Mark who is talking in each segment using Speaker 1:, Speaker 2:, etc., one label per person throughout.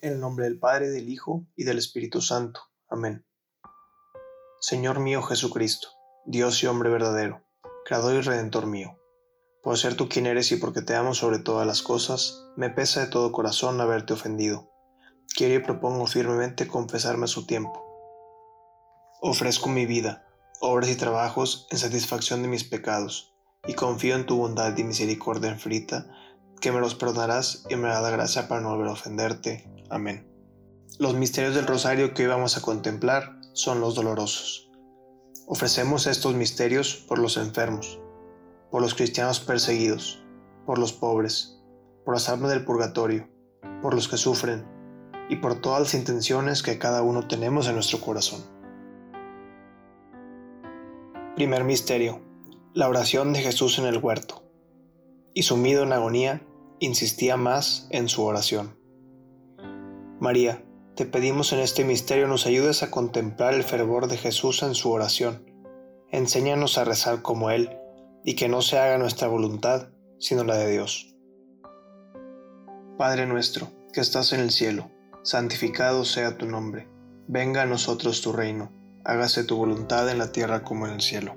Speaker 1: En el nombre del Padre, del Hijo y del Espíritu Santo. Amén. Señor mío Jesucristo, Dios y hombre verdadero, Creador y Redentor mío, por ser tú quien eres y porque te amo sobre todas las cosas, me pesa de todo corazón haberte ofendido. Quiero y propongo firmemente confesarme a su tiempo. Ofrezco mi vida, obras y trabajos en satisfacción de mis pecados, y confío en tu bondad y misericordia infinita, que me los perdonarás y me darás gracia para no volver a ofenderte. Amén. Los misterios del rosario que hoy vamos a contemplar son los dolorosos. Ofrecemos estos misterios por los enfermos, por los cristianos perseguidos, por los pobres, por las almas del purgatorio, por los que sufren y por todas las intenciones que cada uno tenemos en nuestro corazón. Primer misterio. La oración de Jesús en el huerto. Y sumido en agonía, insistía más en su oración. María, te pedimos en este misterio nos ayudes a contemplar el fervor de Jesús en su oración. Enséñanos a rezar como Él y que no se haga nuestra voluntad, sino la de Dios. Padre nuestro, que estás en el cielo, santificado sea tu nombre. Venga a nosotros tu reino. Hágase tu voluntad en la tierra como en el cielo.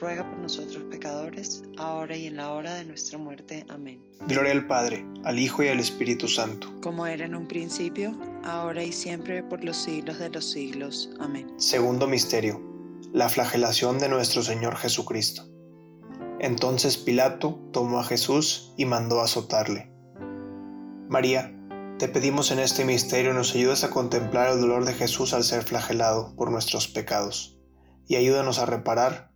Speaker 2: ruega por nosotros pecadores, ahora y en la hora de nuestra muerte. Amén.
Speaker 1: Gloria al Padre, al Hijo y al Espíritu Santo.
Speaker 3: Como era en un principio, ahora y siempre, por los siglos de los siglos. Amén.
Speaker 1: Segundo Misterio. La flagelación de nuestro Señor Jesucristo. Entonces Pilato tomó a Jesús y mandó azotarle. María, te pedimos en este misterio nos ayudes a contemplar el dolor de Jesús al ser flagelado por nuestros pecados, y ayúdanos a reparar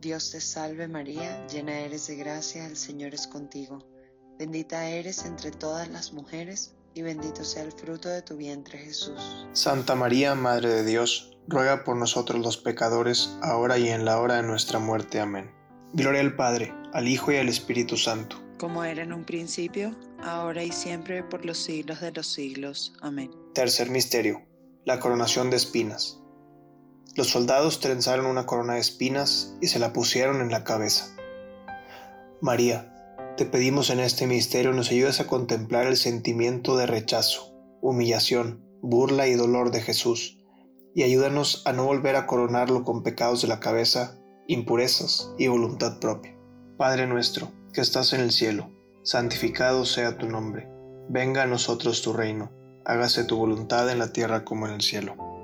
Speaker 2: Dios te salve María, llena eres de gracia, el Señor es contigo. Bendita eres entre todas las mujeres y bendito sea el fruto de tu vientre Jesús.
Speaker 1: Santa María, Madre de Dios, ruega por nosotros los pecadores, ahora y en la hora de nuestra muerte. Amén. Gloria al Padre, al Hijo y al Espíritu Santo.
Speaker 3: como era en un principio, ahora y siempre, por los siglos de los siglos. Amén.
Speaker 1: Tercer misterio, la coronación de espinas. Los soldados trenzaron una corona de espinas y se la pusieron en la cabeza. María, te pedimos en este misterio nos ayudes a contemplar el sentimiento de rechazo, humillación, burla y dolor de Jesús, y ayúdanos a no volver a coronarlo con pecados de la cabeza, impurezas y voluntad propia. Padre nuestro, que estás en el cielo, santificado sea tu nombre, venga a nosotros tu reino, hágase tu voluntad en la tierra como en el cielo.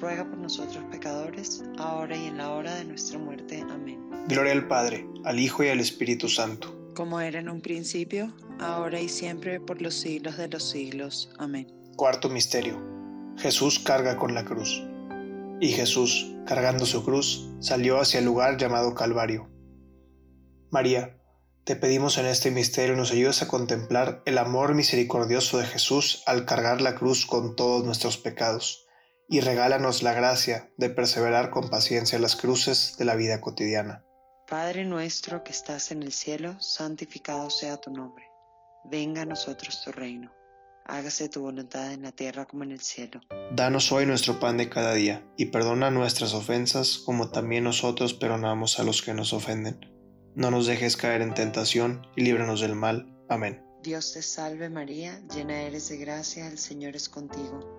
Speaker 2: ruega por nosotros pecadores, ahora y en la hora de nuestra muerte. Amén.
Speaker 1: Gloria al Padre, al Hijo y al Espíritu Santo.
Speaker 3: como era en un principio, ahora y siempre, por los siglos de los siglos. Amén.
Speaker 1: Cuarto misterio. Jesús carga con la cruz. Y Jesús, cargando su cruz, salió hacia el lugar llamado Calvario. María, te pedimos en este misterio nos ayudes a contemplar el amor misericordioso de Jesús al cargar la cruz con todos nuestros pecados, y regálanos la gracia de perseverar con paciencia las cruces de la vida cotidiana.
Speaker 2: Padre nuestro que estás en el cielo, santificado sea tu nombre. Venga a nosotros tu reino. Hágase tu voluntad en la tierra como en el cielo.
Speaker 1: Danos hoy nuestro pan de cada día, y perdona nuestras ofensas como también nosotros perdonamos a los que nos ofenden. No nos dejes caer en tentación, y líbranos del mal. Amén.
Speaker 2: Dios te salve María, llena eres de gracia, el Señor es contigo.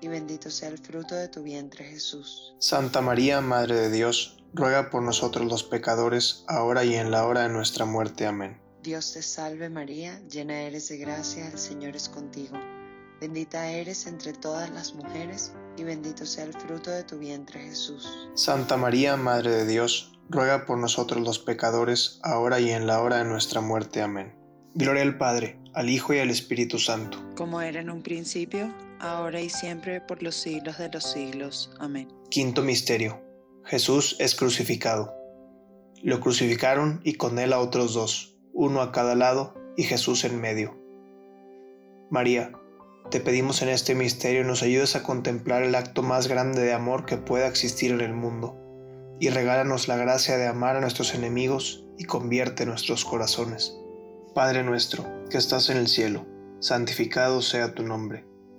Speaker 2: y bendito sea el fruto de tu vientre Jesús.
Speaker 1: Santa María, Madre de Dios, ruega por nosotros los pecadores, ahora y en la hora de nuestra muerte. Amén.
Speaker 2: Dios te salve María, llena eres de gracia, el Señor es contigo. Bendita eres entre todas las mujeres, y bendito sea el fruto de tu vientre Jesús.
Speaker 1: Santa María, Madre de Dios, ruega por nosotros los pecadores, ahora y en la hora de nuestra muerte. Amén. Gloria al Padre, al Hijo y al Espíritu Santo.
Speaker 3: como era en un principio, ahora y siempre, por los siglos de los siglos. Amén.
Speaker 1: Quinto misterio. Jesús es crucificado. Lo crucificaron y con él a otros dos, uno a cada lado y Jesús en medio. María, te pedimos en este misterio nos ayudes a contemplar el acto más grande de amor que pueda existir en el mundo, y regálanos la gracia de amar a nuestros enemigos y convierte nuestros corazones. Padre nuestro, que estás en el cielo, santificado sea tu nombre,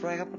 Speaker 2: ruega por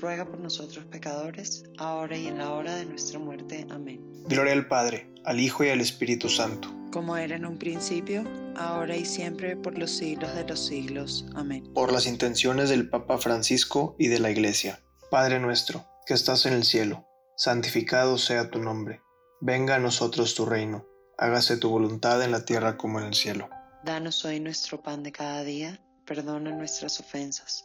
Speaker 2: ruega por nosotros pecadores, ahora y en la hora de nuestra muerte. Amén.
Speaker 1: Gloria al Padre, al Hijo y al Espíritu Santo.
Speaker 3: como era en un principio, ahora y siempre, por los siglos de los siglos. Amén.
Speaker 1: Por las intenciones del Papa Francisco y de la Iglesia. Padre nuestro, que estás en el cielo, santificado sea tu nombre. Venga a nosotros tu reino. Hágase tu voluntad en la tierra como en el cielo.
Speaker 2: Danos hoy nuestro pan de cada día, perdona nuestras ofensas,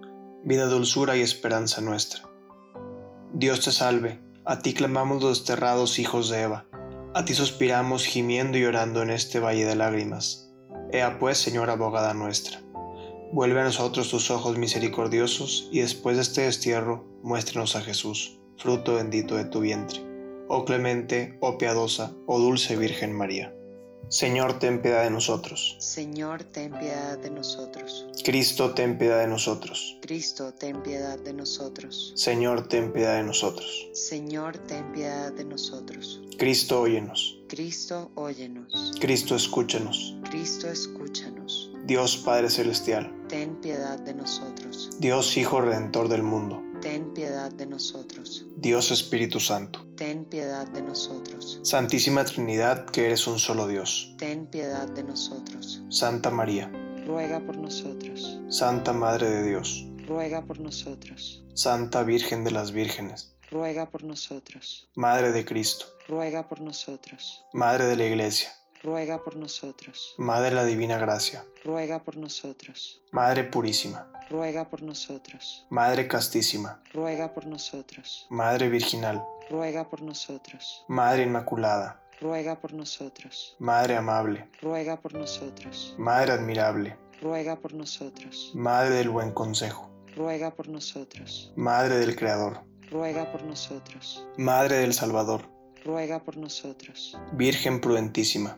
Speaker 1: vida, dulzura y esperanza nuestra. Dios te salve, a ti clamamos los desterrados hijos de Eva, a ti suspiramos gimiendo y llorando en este valle de lágrimas. Ea pues, Señora abogada nuestra, vuelve a nosotros tus ojos misericordiosos y después de este destierro muéstranos a Jesús, fruto bendito de tu vientre. Oh clemente, oh piadosa, oh dulce Virgen María. Señor, ten piedad de nosotros.
Speaker 2: Señor, ten piedad de nosotros.
Speaker 1: Cristo, ten piedad de nosotros.
Speaker 2: Cristo, ten piedad de nosotros.
Speaker 1: Señor, ten piedad de nosotros.
Speaker 2: Señor, ten piedad de nosotros.
Speaker 1: Cristo, óyenos.
Speaker 2: Cristo, óyenos.
Speaker 1: Cristo, escúchanos.
Speaker 2: Cristo, escúchanos.
Speaker 1: Dios Padre Celestial,
Speaker 2: Ten piedad de nosotros.
Speaker 1: Dios Hijo Redentor del mundo,
Speaker 2: Ten ten piedad de nosotros,
Speaker 1: Dios Espíritu Santo.
Speaker 2: ten piedad de nosotros,
Speaker 1: Santísima Trinidad, que eres un solo Dios.
Speaker 2: ten piedad de nosotros.
Speaker 1: Santa María,
Speaker 2: Ruega por nosotros,
Speaker 1: Santa Madre de Dios,
Speaker 2: ruega por nosotros,
Speaker 1: Santa Virgen de las Vírgenes,
Speaker 2: ruega por nosotros,
Speaker 1: Madre de Cristo,
Speaker 2: ruega por nosotros,
Speaker 1: Madre de la Iglesia,
Speaker 2: ruega por nosotros,
Speaker 1: Madre de la Divina Gracia,
Speaker 2: ruega por nosotros,
Speaker 1: Madre Purísima,
Speaker 2: ruega por nosotros,
Speaker 1: Madre Castísima,
Speaker 2: ruega por nosotros,
Speaker 1: Madre Virginal,
Speaker 2: ruega por nosotros,
Speaker 1: Madre Inmaculada,
Speaker 2: ruega por nosotros,
Speaker 1: Madre Amable,
Speaker 2: ruega por nosotros,
Speaker 1: Madre Admirable,
Speaker 2: ruega por nosotros,
Speaker 1: Madre del Buen Consejo,
Speaker 2: ruega por nosotros,
Speaker 1: Madre del Creador,
Speaker 2: ruega por nosotros,
Speaker 1: Madre del Salvador,
Speaker 2: ruega por nosotros,
Speaker 1: Virgen Prudentísima,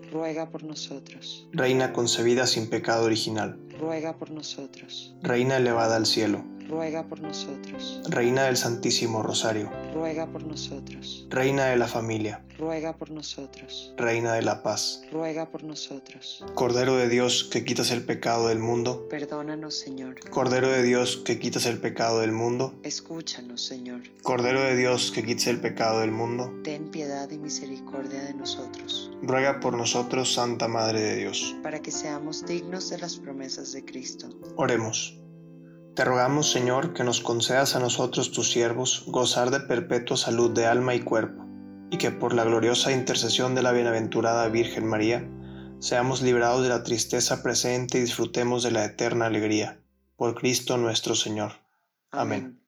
Speaker 2: ruega por nosotros,
Speaker 1: reina concebida sin pecado original,
Speaker 2: ruega por nosotros,
Speaker 1: reina elevada al cielo,
Speaker 2: ruega por nosotros,
Speaker 1: reina del Santísimo Rosario,
Speaker 2: ruega por nosotros,
Speaker 1: reina de la familia,
Speaker 2: ruega por nosotros,
Speaker 1: reina de la paz,
Speaker 2: ruega por nosotros.
Speaker 1: Cordero de Dios que quitas el pecado del mundo,
Speaker 2: Perdónanos, Señor.
Speaker 1: Cordero de Dios que quitas el pecado del mundo,
Speaker 2: Escúchanos, Señor.
Speaker 1: Cordero de Dios que quitas el pecado del mundo,
Speaker 2: Ten piedad y misericordia de nosotros,
Speaker 1: ruega por nosotros, Santa Madre de Dios.
Speaker 2: para que seamos dignos de las promesas de Cristo.
Speaker 1: Oremos. Te rogamos, Señor, que nos concedas a nosotros, tus siervos, gozar de perpetua salud de alma y cuerpo, y que por la gloriosa intercesión de la bienaventurada Virgen María, seamos librados de la tristeza presente y disfrutemos de la eterna alegría. Por Cristo nuestro Señor. Amén.